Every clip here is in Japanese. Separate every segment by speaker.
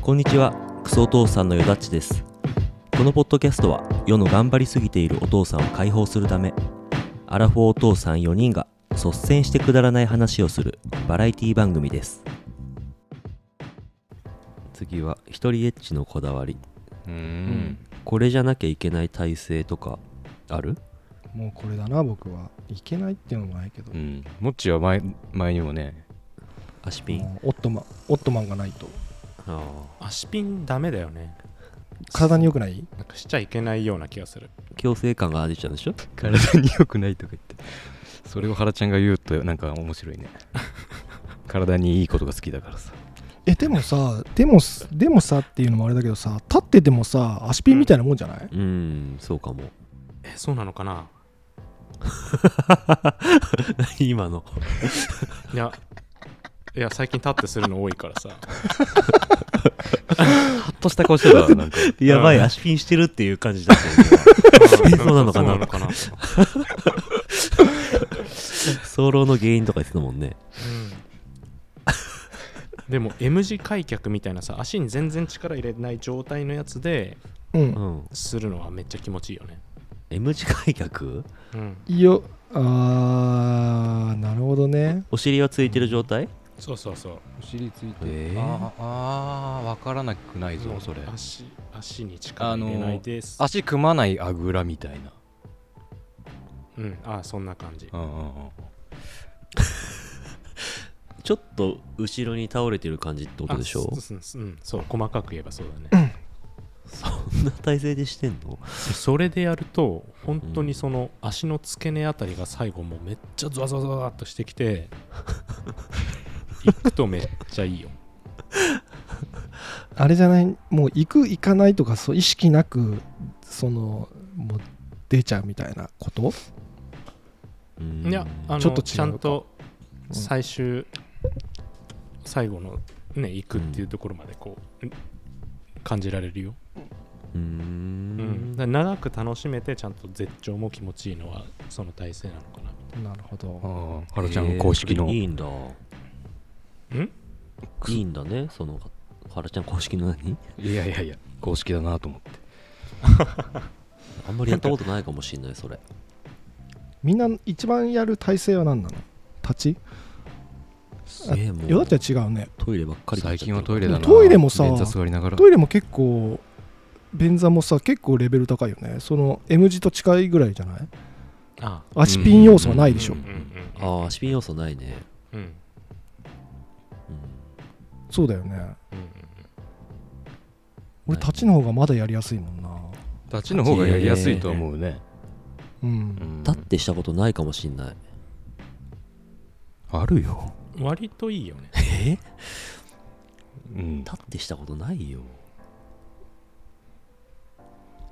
Speaker 1: こんにちはクソお父さんのよだっちですこのポッドキャストは世の頑張りすぎているお父さんを解放するためアラフォーお父さん4人が率先してくだらない話をするバラエティ番組です次は一人エッチのこだわり
Speaker 2: うーん
Speaker 1: これじゃなきゃいけない体勢とかある
Speaker 3: もうこれだな僕はいけないっていうのもないけど、
Speaker 2: うんモッチーは前前にもね
Speaker 1: アシピン
Speaker 3: もうオットマンオットマンがないと
Speaker 1: あ
Speaker 4: 足ピンダメだよね
Speaker 3: 体に良くない
Speaker 4: なんかしちゃいけないような気がする
Speaker 1: ー強制感が出ちゃうんでしょ
Speaker 2: 体に良くないとか言ってそれを原ちゃんが言うとなんか面白い ね体にいいことが好きだからさ
Speaker 3: えでもさでもすでもさっていうのもあれだけどさ立っててもさ足ピンみたいなもんじゃない、
Speaker 1: うんそうかも
Speaker 4: えそうなのかな
Speaker 1: 今の
Speaker 4: いやいや最近立ってするの多いからさ
Speaker 2: ハッとした顔してたわ なんか
Speaker 1: やばい、
Speaker 4: うん
Speaker 1: 足ピンしてるっていう感じだったよ
Speaker 4: うん
Speaker 1: そうなのかな
Speaker 4: そうなのかな、う
Speaker 1: 今 早漏の原因とか言ってたもんね。
Speaker 4: んでも M 字開脚みたいなさ足に全然力入れない状態のやつで
Speaker 3: うん
Speaker 1: うん。
Speaker 4: するのはめっちゃ気持ちいいよね
Speaker 1: M 字開脚
Speaker 4: うん
Speaker 3: いいよあーなるほどね
Speaker 1: お尻はついてる状態
Speaker 4: そうそうそう
Speaker 2: お尻ついて
Speaker 1: えー
Speaker 2: あーあー分からなくないぞそれ
Speaker 4: 足足に力入れないです、
Speaker 2: 足組まないあぐらみたいな
Speaker 4: うんあそんな感じ
Speaker 2: うんうんうん
Speaker 1: ちょっと後ろに倒れてる感じってことでしょ
Speaker 4: あそうそううんそう細かく言えばそうだね
Speaker 1: そんな体勢でしてんの
Speaker 4: それでやると本当にその足の付け根あたりが最後もうめっちゃズワズワズワっとしてきて行くとめっちゃいいよ
Speaker 3: あれじゃないもう行く行かないとかそう意識なくそのもう出ちゃうみたいなこと
Speaker 1: うん
Speaker 4: いやあの
Speaker 3: ち
Speaker 4: ち
Speaker 3: ょっと違うか
Speaker 4: ゃんと
Speaker 3: うん
Speaker 4: 最終、最後のね行くっていうところまでこう、感じられるよ、
Speaker 1: うー
Speaker 4: うん
Speaker 1: ん。
Speaker 4: だから長く楽しめてちゃんと絶頂も気持ちいいのはその体勢なのかな
Speaker 3: なるほど
Speaker 2: ああ原ちゃん公式
Speaker 1: え
Speaker 2: の
Speaker 1: ーいいんだ。
Speaker 4: ん
Speaker 1: いいんだね、その、原ちゃん公式の何
Speaker 2: いやいやいや公式だなと思って
Speaker 1: あんまりやったことないかもしれない、それ。
Speaker 3: みんな一番やる体勢は何なの立ち
Speaker 1: すげえも
Speaker 3: よだ
Speaker 1: う
Speaker 3: っ、ちは違うね
Speaker 1: トイレばっかり
Speaker 2: 最近はトイレだな
Speaker 3: トイレもさ
Speaker 2: 便座座りながら
Speaker 3: トイレも結構便座もさ結構レベル高いよねその M 字と近いぐらいじゃない
Speaker 4: あ
Speaker 3: 足ピン要素はないでしょ、
Speaker 2: うん
Speaker 4: うんうん
Speaker 1: ああ、足ピン要素ないね。
Speaker 4: うんうん
Speaker 1: うん
Speaker 3: そうだよね
Speaker 4: うんうん
Speaker 3: 俺立ちの方がまだやりやすいもんな
Speaker 2: 立ちの方がやりやすいとは思うね、
Speaker 3: うん、
Speaker 2: うん
Speaker 1: 立ってしたことないかもしれない。
Speaker 2: あるよ、
Speaker 4: うん割といいよね
Speaker 1: え
Speaker 2: うん、
Speaker 1: 立ってしたことないよ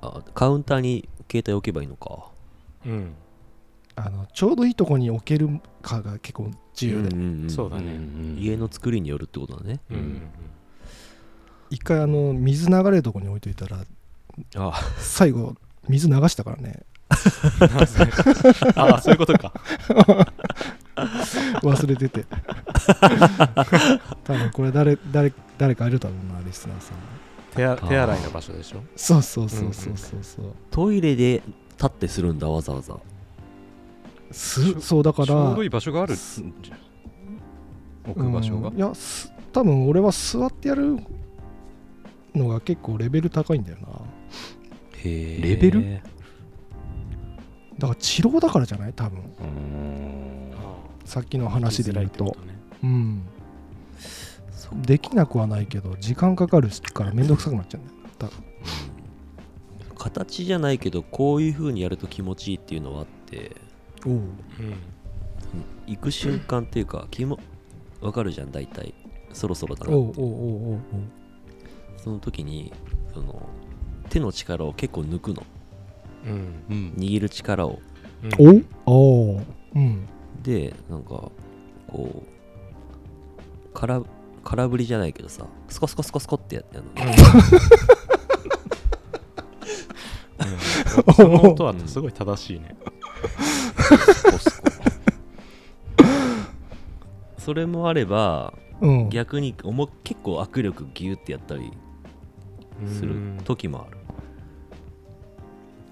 Speaker 1: あカウンターに携帯置けばいいのか
Speaker 4: うん
Speaker 3: あのちょうどいいとこに置けるかが結構重要で、
Speaker 1: うんうんうん
Speaker 4: そうだね
Speaker 2: ん
Speaker 1: 家の作りによるってことだね
Speaker 4: うんうん
Speaker 3: 一回あの水流れるとこに置いといたら
Speaker 1: あ
Speaker 3: 最後水流したからね
Speaker 4: うんああそういうことか
Speaker 3: 忘れてて 多分これ誰誰誰かいるだろうなリスナーさん
Speaker 4: 手あ
Speaker 1: ー
Speaker 4: 手洗いの場所でしょ
Speaker 3: そうそうそうそうそうそう、
Speaker 1: トイレで立ってするんだわざわざ
Speaker 3: すそうだから
Speaker 2: ちょうどいい場所があるんじゃ置く場所が
Speaker 3: うんいやす多分俺は座ってやるのが結構レベル高いんだよな
Speaker 1: へえ
Speaker 2: レベル
Speaker 3: だから治療だからじゃない多分
Speaker 2: うーん
Speaker 3: さっきの話で
Speaker 4: な
Speaker 3: 言
Speaker 4: いうってこととね
Speaker 3: うん
Speaker 1: そ
Speaker 3: できなくはないけど時間かかるからめんどくさくなっちゃうんだよ
Speaker 1: 形じゃないけどこういう風にやると気持ちいいっていうのはあって
Speaker 4: うん
Speaker 1: 行く瞬間っていうか気もわかるじゃん大体そろそろだな
Speaker 3: おうおう
Speaker 1: って
Speaker 3: おうおうおう
Speaker 1: その時にその手の力を結構抜くの
Speaker 4: うん
Speaker 2: うん
Speaker 1: 握る力を
Speaker 4: う
Speaker 3: お
Speaker 4: ん
Speaker 3: うおううん
Speaker 1: でなんかこう空空振りじゃないけどさスコスコスコスコってやってんのね
Speaker 4: うんその音はすごい正しいね。
Speaker 1: スコスコそれもあれば
Speaker 3: うん、
Speaker 1: 逆に重結構握力ギューってやったりする時も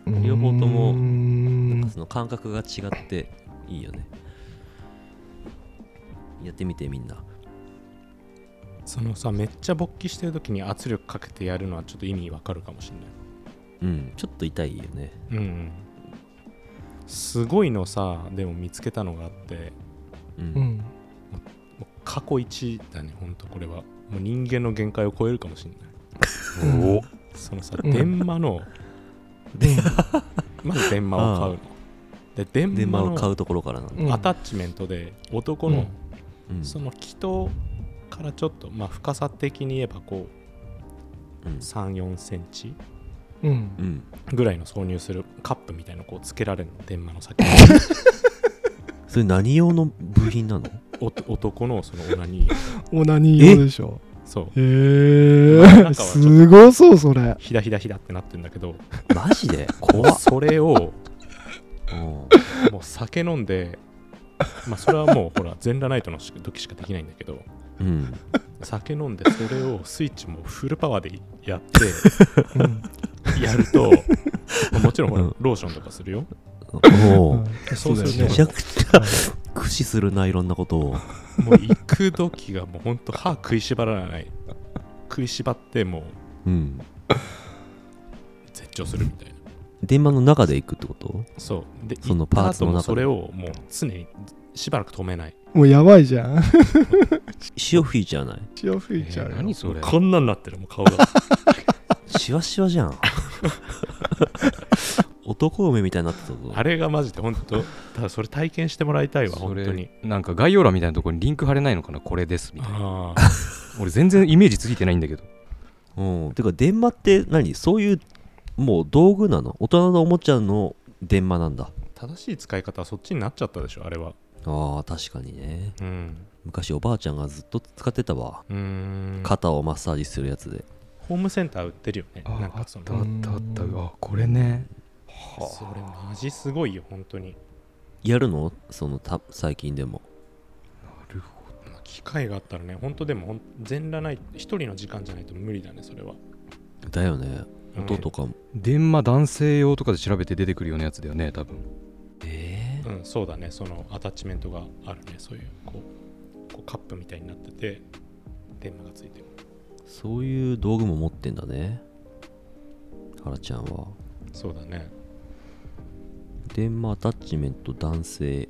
Speaker 1: ある両方とも
Speaker 3: うーん
Speaker 1: なんかその感覚が違っていいよねやってみてみんな
Speaker 4: そのさめっちゃ勃起してる時に圧力かけてやるのはちょっと意味わかるかもし
Speaker 1: うんちょっと痛いよね
Speaker 4: れないうんすごいのさでも見つけたのがあって
Speaker 1: う
Speaker 3: うんん
Speaker 4: もう過去一だねほんとこれはもう人間の限界を超えるかもしれない
Speaker 3: うん
Speaker 2: お
Speaker 4: そのさ
Speaker 3: うん
Speaker 4: 電話のまず電話を買うので電
Speaker 1: 電
Speaker 4: 話
Speaker 1: 話を買
Speaker 4: の
Speaker 1: うところからなんだ
Speaker 3: うん
Speaker 4: アタッチメントで男
Speaker 3: う
Speaker 4: の
Speaker 3: ん
Speaker 1: うん
Speaker 4: その気筒からちょっとまあ深さ的に言えばこ
Speaker 1: うん
Speaker 4: う34センチ
Speaker 3: うん
Speaker 1: うん
Speaker 4: ぐらいの挿入するカップみたいなのをこうつけられるの電話の先に
Speaker 1: それ何用の部品なの
Speaker 4: お男のそのオナニー
Speaker 3: オナニー用でしょ
Speaker 4: そう
Speaker 3: へえ
Speaker 4: 中はちょっと
Speaker 3: すごそうそれ
Speaker 4: ひだひだひだってなってるんだけど
Speaker 1: マジで怖っ
Speaker 4: それを
Speaker 1: うん
Speaker 4: もう酒飲んでまあそれはもうほら全裸ナイトの時しかできないんだけど
Speaker 1: うん
Speaker 4: 酒飲んでそれをスイッチもフルパワーでやって
Speaker 3: うん
Speaker 4: やる とまあもちろんほら
Speaker 1: うん
Speaker 4: ローションとかするよ
Speaker 1: お
Speaker 3: う
Speaker 1: お
Speaker 3: ん
Speaker 4: そうする
Speaker 3: そ
Speaker 1: め
Speaker 3: うだよね
Speaker 1: ちゃくちゃ 駆使するないろんなことを
Speaker 4: もう幾時がもうほんと歯食いしばらない食いしばってもう
Speaker 1: うん
Speaker 4: 絶頂するみたいな
Speaker 1: 電話の中で行くってこと
Speaker 4: そうで
Speaker 1: そのパーツの中で
Speaker 4: 行った後もそれをもう常にしばらく止めない
Speaker 3: もうやばいじ ゃん
Speaker 1: し潮吹いちゃわない
Speaker 3: 血を吹いちゃうよ、
Speaker 2: えー何それ
Speaker 4: こんなんなってるもう顔が
Speaker 1: しわしわじ ゃん男梅みたいになってたぞ
Speaker 4: あれがマジで本当ただそれ体験してもらいたいわ
Speaker 2: そ
Speaker 4: 本
Speaker 2: れ
Speaker 4: 当に
Speaker 2: なんか概要欄みたいなところにリンク貼れないのかなこれですみたいな
Speaker 4: ああ
Speaker 2: 俺全然イメージついてないんだけど
Speaker 1: うんてか電話って何そういうもう道具なの大人のおもちゃの電話なんだ
Speaker 4: 正しい使い方はそっちになっちゃったでしょあれは
Speaker 1: あー確かにね
Speaker 4: うん
Speaker 1: 昔おばあちゃんがずっと使ってたわ
Speaker 4: うーん
Speaker 1: 肩をマッサージするやつで
Speaker 4: ホームセンター売ってるよね
Speaker 2: あ
Speaker 4: なんかそ
Speaker 2: あ
Speaker 4: の
Speaker 2: ったあったあこれね
Speaker 4: それマジすごいよ本当に
Speaker 1: やるのそのた最近でも
Speaker 2: なるほ
Speaker 4: まあ機会があったらね本当でもほん全裸ない一人の時間じゃないと無理だねそれは
Speaker 1: だよね音とかも、
Speaker 2: ど電話男性用とかで調べて出てくるようなやつだよね多分
Speaker 1: え
Speaker 4: うん、そうだねそのアタッチメントがあるねそういうこうこうカップみたいになってて電話がついてる
Speaker 1: ーそういう道具も持ってんだね原ちゃんは
Speaker 4: そうだね
Speaker 1: 電話アタッチメント男性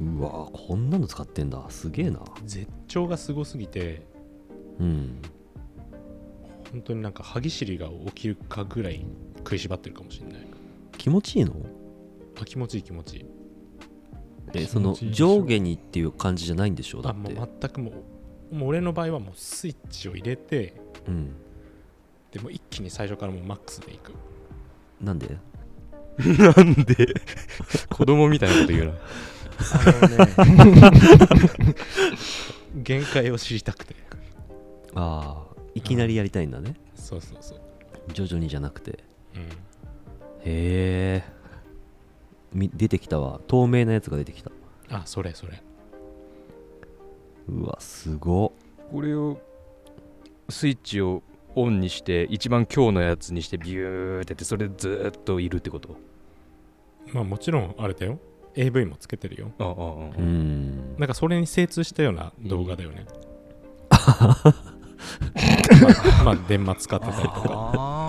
Speaker 1: うわこんなの使ってんだすげえな
Speaker 4: 絶頂がすごすぎて
Speaker 1: うん
Speaker 4: 本当になんか歯ぎしりが起きるかぐらい食いしばってるかもしれない
Speaker 1: 気持ちいいの
Speaker 4: あ気持ちいい気持ちいい
Speaker 1: え
Speaker 3: 気
Speaker 1: そ
Speaker 3: 持
Speaker 1: の
Speaker 3: ちいいでしょ
Speaker 1: 上下にっていう感じじゃないんでしょだ
Speaker 4: あ
Speaker 1: っ
Speaker 4: も
Speaker 1: て
Speaker 4: う全くもうもう俺の場合はもうスイッチを入れて
Speaker 1: うん
Speaker 4: でもう一気に最初からもうマックスでいく
Speaker 1: なんで
Speaker 2: なんで 子供みたいなこと言うな
Speaker 4: あのね 限界を知りたくて
Speaker 1: ああいきなりやりたいんだね、
Speaker 4: そうそうそう
Speaker 1: 徐々にじゃなくて
Speaker 4: うん
Speaker 1: へえ出てきたわ透明なやつが出てきた
Speaker 4: あそれそれ
Speaker 1: うわすご
Speaker 2: これをスイッチをオンにして一番強のやつにしてビューってやってそれでずーっといるってこと
Speaker 4: まあもちろんあれだよ AV もつけてるよ
Speaker 2: あああ
Speaker 1: うーん
Speaker 4: なんかそれに精通したような動画だよね。 まあ、まあ、電話使ってたりとか。
Speaker 2: ああ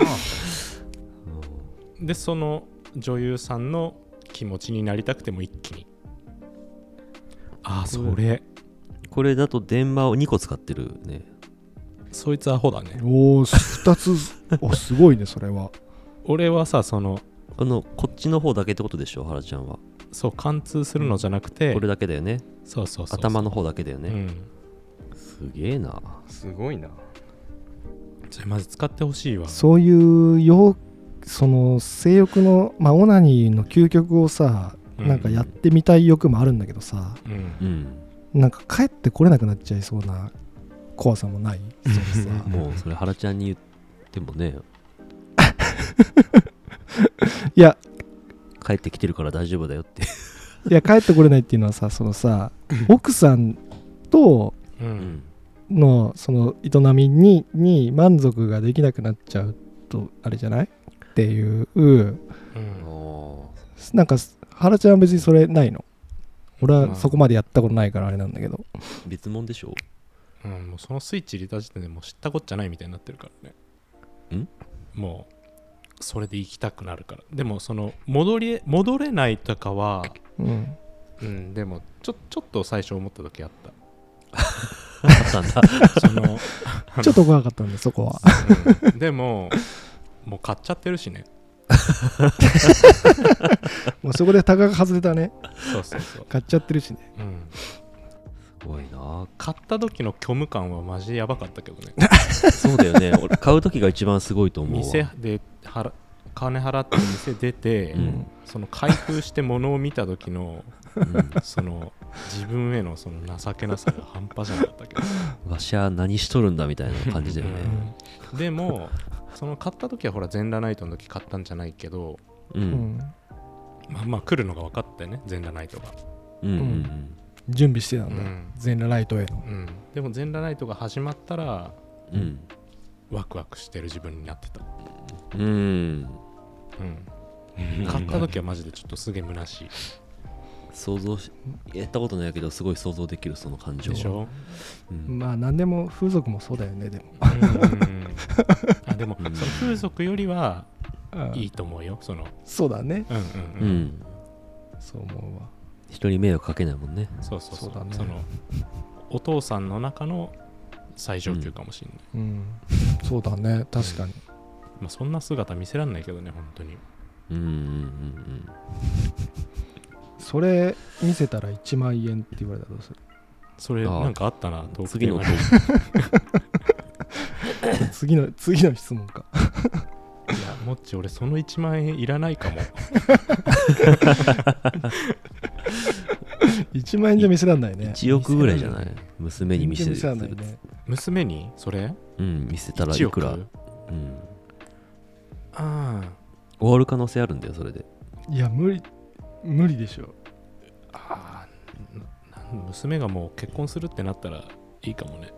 Speaker 4: で、その女優さんの気持ちになりたくても一気に。ああ、それ、
Speaker 1: これだと電話を2個使ってるね
Speaker 4: そいつアホだね。
Speaker 3: おお2つおすごいねそれは
Speaker 4: 俺はさ、その、
Speaker 1: あのこっちの方だけってことでしょ原ちゃんは
Speaker 4: そう、貫通するのじゃなくて、
Speaker 1: これだけだよね
Speaker 4: そうそうそう。
Speaker 1: 頭の方だけだよね、
Speaker 4: うん。
Speaker 1: すげえな
Speaker 2: すごいな
Speaker 4: それマジ使ってほしいわ。
Speaker 3: そういうよその性欲のまあオナニーの究極をさ
Speaker 4: う
Speaker 3: なんかやってみたい欲もあるんだけどさ
Speaker 4: うん。
Speaker 1: うん
Speaker 3: なんか帰ってこれなくなっちゃいそうな怖さも ないそうさ
Speaker 1: もうそれ原ちゃんに言っても ね
Speaker 3: いや
Speaker 1: 帰ってきてるから大丈夫だよって
Speaker 3: いや帰ってこれないっていうのはさそのさ奥さんと
Speaker 4: う
Speaker 1: うんん
Speaker 3: のその営みにに満足ができなくなっちゃうとあれじゃないっていう
Speaker 4: うん
Speaker 3: なんか原ちゃんは別にそれないの俺
Speaker 4: ま
Speaker 3: は
Speaker 4: あ
Speaker 3: そこまでやったことないからあれなんだけど
Speaker 1: 別物でしょ
Speaker 4: うんもうそのスイッチ入れた時点でもう知ったこっちゃないみたいになってるからね
Speaker 1: ん
Speaker 4: もうそれで行きたくなるからでもその戻り戻れないとかは
Speaker 3: うん
Speaker 4: うんでもちょちょっと最初思った時あっ
Speaker 1: あったんだ
Speaker 4: たその
Speaker 3: ちょっと怖かったんでそこ は
Speaker 4: うんでももう買っちゃってるしね
Speaker 3: もうそこでタガが外れたね
Speaker 4: そうそ うそう、
Speaker 3: 買っちゃってるしね
Speaker 4: うん、
Speaker 1: 怖いな
Speaker 4: 買った時の虚無感はマジでやばかったけどね
Speaker 1: そうだよね俺買う時が一番すごい と思うわ
Speaker 4: 店で払金払って店出て、
Speaker 1: うん
Speaker 4: その開封して物を見た時の
Speaker 1: うん
Speaker 4: その自分へのその情けなさが半端じゃなかったけど、
Speaker 1: わしゃ何しとるんだみたいな感じだよね
Speaker 4: うんでもその買った時はほら全裸ナイトの時買ったんじゃないけど
Speaker 1: う
Speaker 3: うんん
Speaker 4: まあまあ来るのが分かったよね全裸ナイトが、
Speaker 1: うんうん
Speaker 3: 準備してた
Speaker 4: うん
Speaker 3: だ
Speaker 4: ん
Speaker 3: 全裸ライトへの
Speaker 4: うんでも全裸ナイトが始まったら
Speaker 1: うん
Speaker 4: ワクワクしてる自分になってた、
Speaker 1: うんうん
Speaker 4: うん、
Speaker 2: うん
Speaker 4: 買った時はマジでちょっとすげえ虚しい
Speaker 1: 想像しやったことないけどすごい想像できるその感情
Speaker 4: でしょ、
Speaker 1: うん
Speaker 3: まあ何でも風俗もそうだよねでも
Speaker 4: うんあでも、
Speaker 1: うん
Speaker 4: その風俗よりは
Speaker 3: うん
Speaker 4: いいと思うよその
Speaker 3: そうだね
Speaker 4: うんう
Speaker 1: うん
Speaker 4: うん、
Speaker 1: ん
Speaker 3: そう思うわ
Speaker 1: 人に迷惑かけないもんね
Speaker 4: そうそうそ
Speaker 3: そ
Speaker 4: う
Speaker 3: うだね
Speaker 4: そのお父さんの中の最上級かもしれない、
Speaker 3: うんそうだね確かに
Speaker 4: まあ、そんな姿見せらんないけどね本当に
Speaker 1: うんうんうん
Speaker 3: それ見せたら1万円って言われたらどうする
Speaker 4: それ
Speaker 1: ああ
Speaker 4: なんかあったな
Speaker 1: う
Speaker 4: ト
Speaker 1: ん
Speaker 4: ーク
Speaker 1: 次
Speaker 4: テー
Speaker 1: の
Speaker 4: マ
Speaker 1: 子
Speaker 4: に
Speaker 3: 次の次の質問か
Speaker 4: いやもっち俺その1万円いらないかも
Speaker 3: 1万円じゃ見せらんな いね
Speaker 1: 1億ぐらいじゃない娘に見せ
Speaker 3: 全然
Speaker 1: る
Speaker 3: 見せらんないね
Speaker 4: 娘にそれ
Speaker 1: うん見せたらい
Speaker 4: 1億
Speaker 1: くらうん
Speaker 4: あ
Speaker 1: 終わる可能性あるんだよそれで
Speaker 3: いや無理無理でしょ
Speaker 4: あああな娘がもう結婚するってなったらいいかもね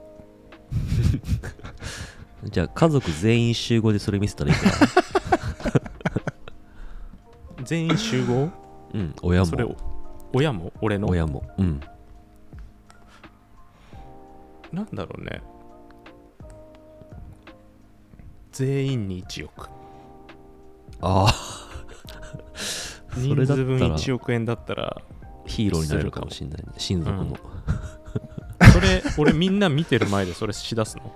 Speaker 1: じゃあ家族全員集合でそれ見せたらいいから
Speaker 4: 全員集合
Speaker 1: うん親
Speaker 4: それを
Speaker 1: も
Speaker 4: 親も俺の
Speaker 1: 親もうん
Speaker 4: なんだろうね全員に1億
Speaker 1: ああそ
Speaker 4: 人
Speaker 1: れだ
Speaker 4: 数
Speaker 1: ったら
Speaker 4: 分1億円だったら
Speaker 1: ヒーローになれるかもしれないね親族の、
Speaker 4: それ俺みんな見てる前でそれしだすの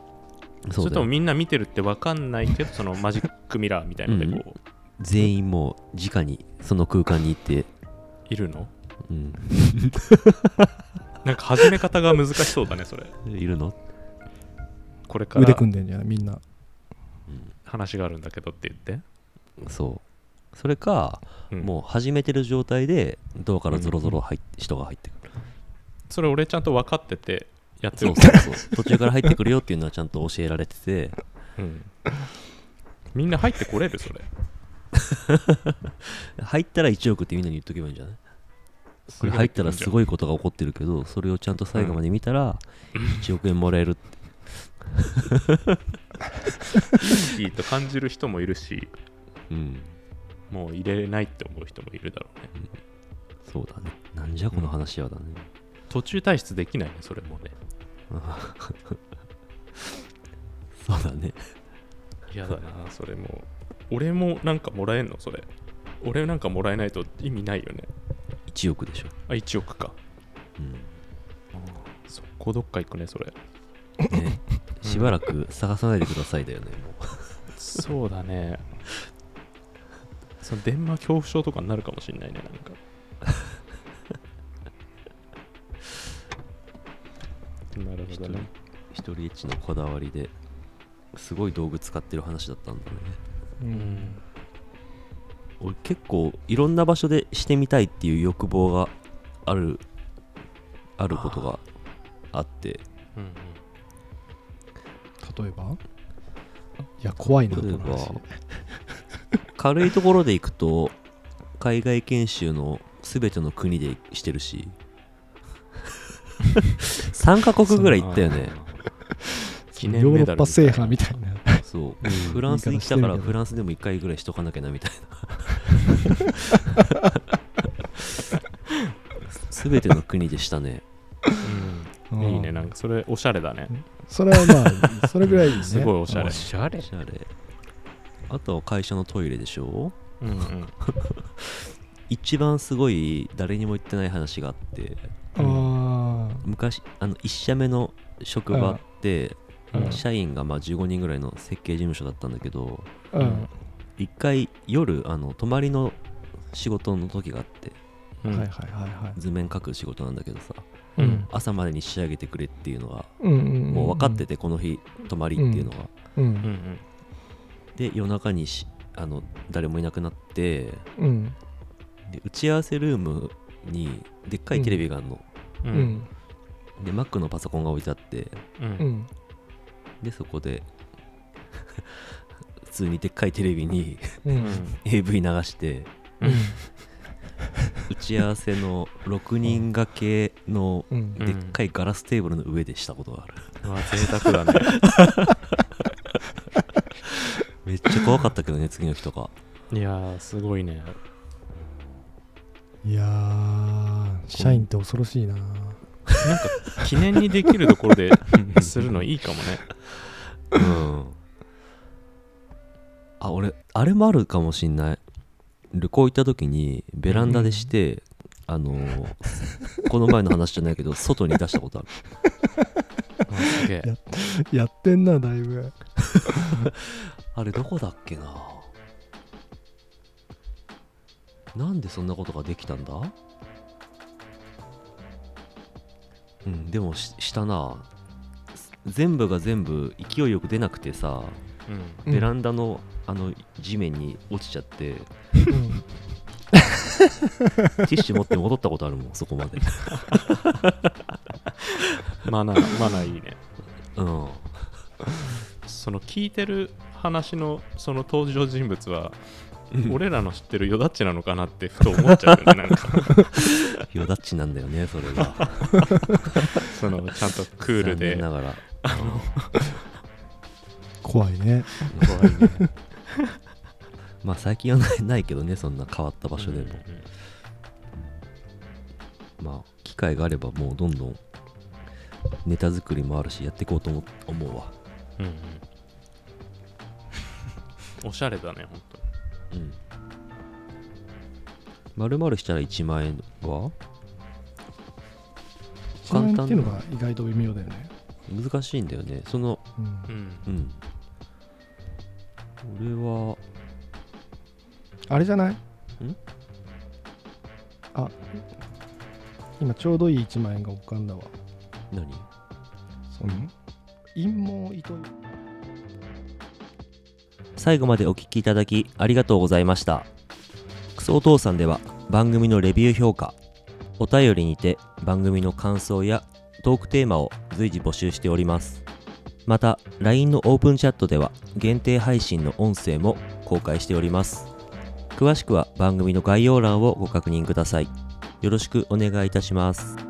Speaker 4: そ
Speaker 1: そう
Speaker 4: れ
Speaker 1: だ
Speaker 4: と
Speaker 1: よ
Speaker 4: もみんな見てるって分かんないけどそのマジックミラーみたいなのでこう
Speaker 1: 全員もう直にその空間に行って、
Speaker 4: いるの
Speaker 1: うん、
Speaker 4: なんか始め方が難しそうだねそれ
Speaker 1: いるの
Speaker 4: これか
Speaker 3: 腕
Speaker 4: ら
Speaker 3: 組んでんじゃないみんな
Speaker 4: 話があるんだけどって言って、
Speaker 1: そうそれか、
Speaker 4: うん
Speaker 1: もう始めてる状態でドアからゾロゾロ入って、人が入ってくる
Speaker 4: それ俺ちゃんと分かっててやって
Speaker 1: そ
Speaker 4: る
Speaker 1: うそうそう途中から入ってくるよっていうのはちゃんと教えられてて
Speaker 4: うんみんな入ってこれるそれ
Speaker 1: 入ったら1億ってみんなに言っとけばいいんじゃないこれ入ったらすごいことが起こってるけどそれをちゃんと最後まで見たら1億円もらえるって
Speaker 4: いいと感じる人もいるし
Speaker 1: うん
Speaker 4: もう入れれないって思う人もいるだろうね
Speaker 1: そうだねなんじゃこの話はだね、
Speaker 4: 途中退出できないねそれもね
Speaker 1: そうだね
Speaker 4: 嫌だなそれも俺もなんかもらえんのそれ俺なんかもらえないと意味ないよね
Speaker 1: 1億でしょ、
Speaker 4: あ1億か
Speaker 1: うん
Speaker 4: そこどっか行くねそれ
Speaker 1: ね、しばらく探さないでくださいだよねもう
Speaker 4: そうだね その電話恐怖症とかになるかもしんないねなんか なるほどね
Speaker 1: 一人エッチのこだわりですごい道具使ってる話だったんだね
Speaker 3: う
Speaker 4: うんん
Speaker 1: 俺結構いろんな場所でしてみたいっていう欲望があるあることがあって
Speaker 4: うん
Speaker 3: 例えばいや怖いな
Speaker 1: 例え
Speaker 3: この
Speaker 1: ば
Speaker 3: 話
Speaker 1: 軽いところで行くと海外研修の全ての国でしてるし3カ国ぐらい行ったよね。
Speaker 4: 記
Speaker 3: ヨ
Speaker 4: 念
Speaker 3: ー
Speaker 4: メ
Speaker 3: ロ
Speaker 4: ダ
Speaker 3: ッ
Speaker 4: ル
Speaker 3: パ
Speaker 4: みたい
Speaker 3: 制覇
Speaker 4: な
Speaker 3: みたいな。
Speaker 1: そう
Speaker 4: うん
Speaker 1: フランスに来たから
Speaker 3: 言い方してるけど
Speaker 1: フランスでも1回ぐらいしとかなきゃなみたいな 全ての国でしたね
Speaker 4: うん いいね、
Speaker 3: うん
Speaker 4: なんかそれおしゃれだね。
Speaker 3: それはま あ、それぐらいいいね。
Speaker 4: すごいおしゃれ
Speaker 2: お。しゃれ
Speaker 1: おしゃれあとは会社のトイレでしょ
Speaker 4: うんうん
Speaker 1: 一番すごい誰にも言ってない話があって
Speaker 3: あ
Speaker 1: 昔あの1社目の職場って、
Speaker 3: うんうん
Speaker 1: 社員がまあ15人ぐらいの設計事務所だったんだけど
Speaker 3: あ、うん。
Speaker 1: 1回夜あの泊まりの仕事の時があって
Speaker 4: う
Speaker 3: はいはい
Speaker 4: ん。
Speaker 3: はいはい。
Speaker 1: 図面描く仕事なんだけどさ
Speaker 4: うん
Speaker 1: 朝までに仕上げてくれっていうのが
Speaker 3: うんうんうん。
Speaker 1: もう分かっててこの日泊まりっていうのが、
Speaker 3: う。
Speaker 4: うんん
Speaker 1: で夜中にしあの誰もいなくなって
Speaker 3: うん。
Speaker 1: で打ち合わせルームにでっかいテレビがあるの、
Speaker 4: う
Speaker 3: うんん。
Speaker 1: で Mac のパソコンが置いてあって
Speaker 4: う
Speaker 3: うんん。
Speaker 1: でそこで 普通にでっかいテレビに
Speaker 3: う。
Speaker 4: うんん
Speaker 1: AV 流して打ち合わせの6人掛けの
Speaker 3: うん。
Speaker 1: でっかいガラステーブルの上でしたことがある
Speaker 4: うわ贅沢だ ね。
Speaker 1: めっちゃ怖かったけどね次の日とか
Speaker 4: いやー、すごいね。
Speaker 3: いやー、社員って恐ろしいな。
Speaker 4: なんか記念にできるとこ ろでするのいいかもね。
Speaker 1: うんあ俺あれもあるかもしんない旅行行った時にベランダでして、あのーこの前の話じゃないけど外に出したことある
Speaker 4: あすげえ。
Speaker 3: やってんな、だいぶ。
Speaker 1: あれどこだっけななんでそんなことができたんだうんでもししたな全部が全部勢いよく出なくてさ
Speaker 4: うん
Speaker 1: ベランダのあの地面に落ちちゃって、
Speaker 3: うん
Speaker 1: ティッシュ持って戻ったことあるもん、そこま で。
Speaker 4: マナー、マナーいいね。
Speaker 1: うん。
Speaker 4: その聞いてる話のその登場人物は、俺らの知ってるヨダッチなのかなってふと思っちゃうよ ね。なんか、
Speaker 1: よだっちなんだよね、それが。
Speaker 4: そのちゃんと クールで
Speaker 1: 残念。ながら。
Speaker 3: 怖いね。
Speaker 1: 怖いね。 まあ最近はないないけどね、そんな変わった場所でも。
Speaker 4: うん
Speaker 1: まあ、機会があればもうどんどんネタ作りもあるし、やっていこうと思思うわ。
Speaker 4: うんうんおしゃれだね、ほんと。
Speaker 1: うん。まるまるしたら1万円は
Speaker 3: 社員っていうのが意外と微妙だよね。
Speaker 1: 難しいんだよね。その
Speaker 3: うん
Speaker 4: うん
Speaker 1: うん。俺は、
Speaker 3: あれじゃないんあ今ちょうどいい1万円が浮かんだわ
Speaker 1: 何
Speaker 3: その陰謀糸よ
Speaker 1: 最後までお聞きいただきありがとうございましたクソお父さんでは番組のレビュー評価お便りにて番組の感想やトークテーマを随時募集しておりますまた LINE のオープンチャットでは限定配信の音声も公開しております詳しくは番組の概要欄をご確認くださいよろしくお願いいたします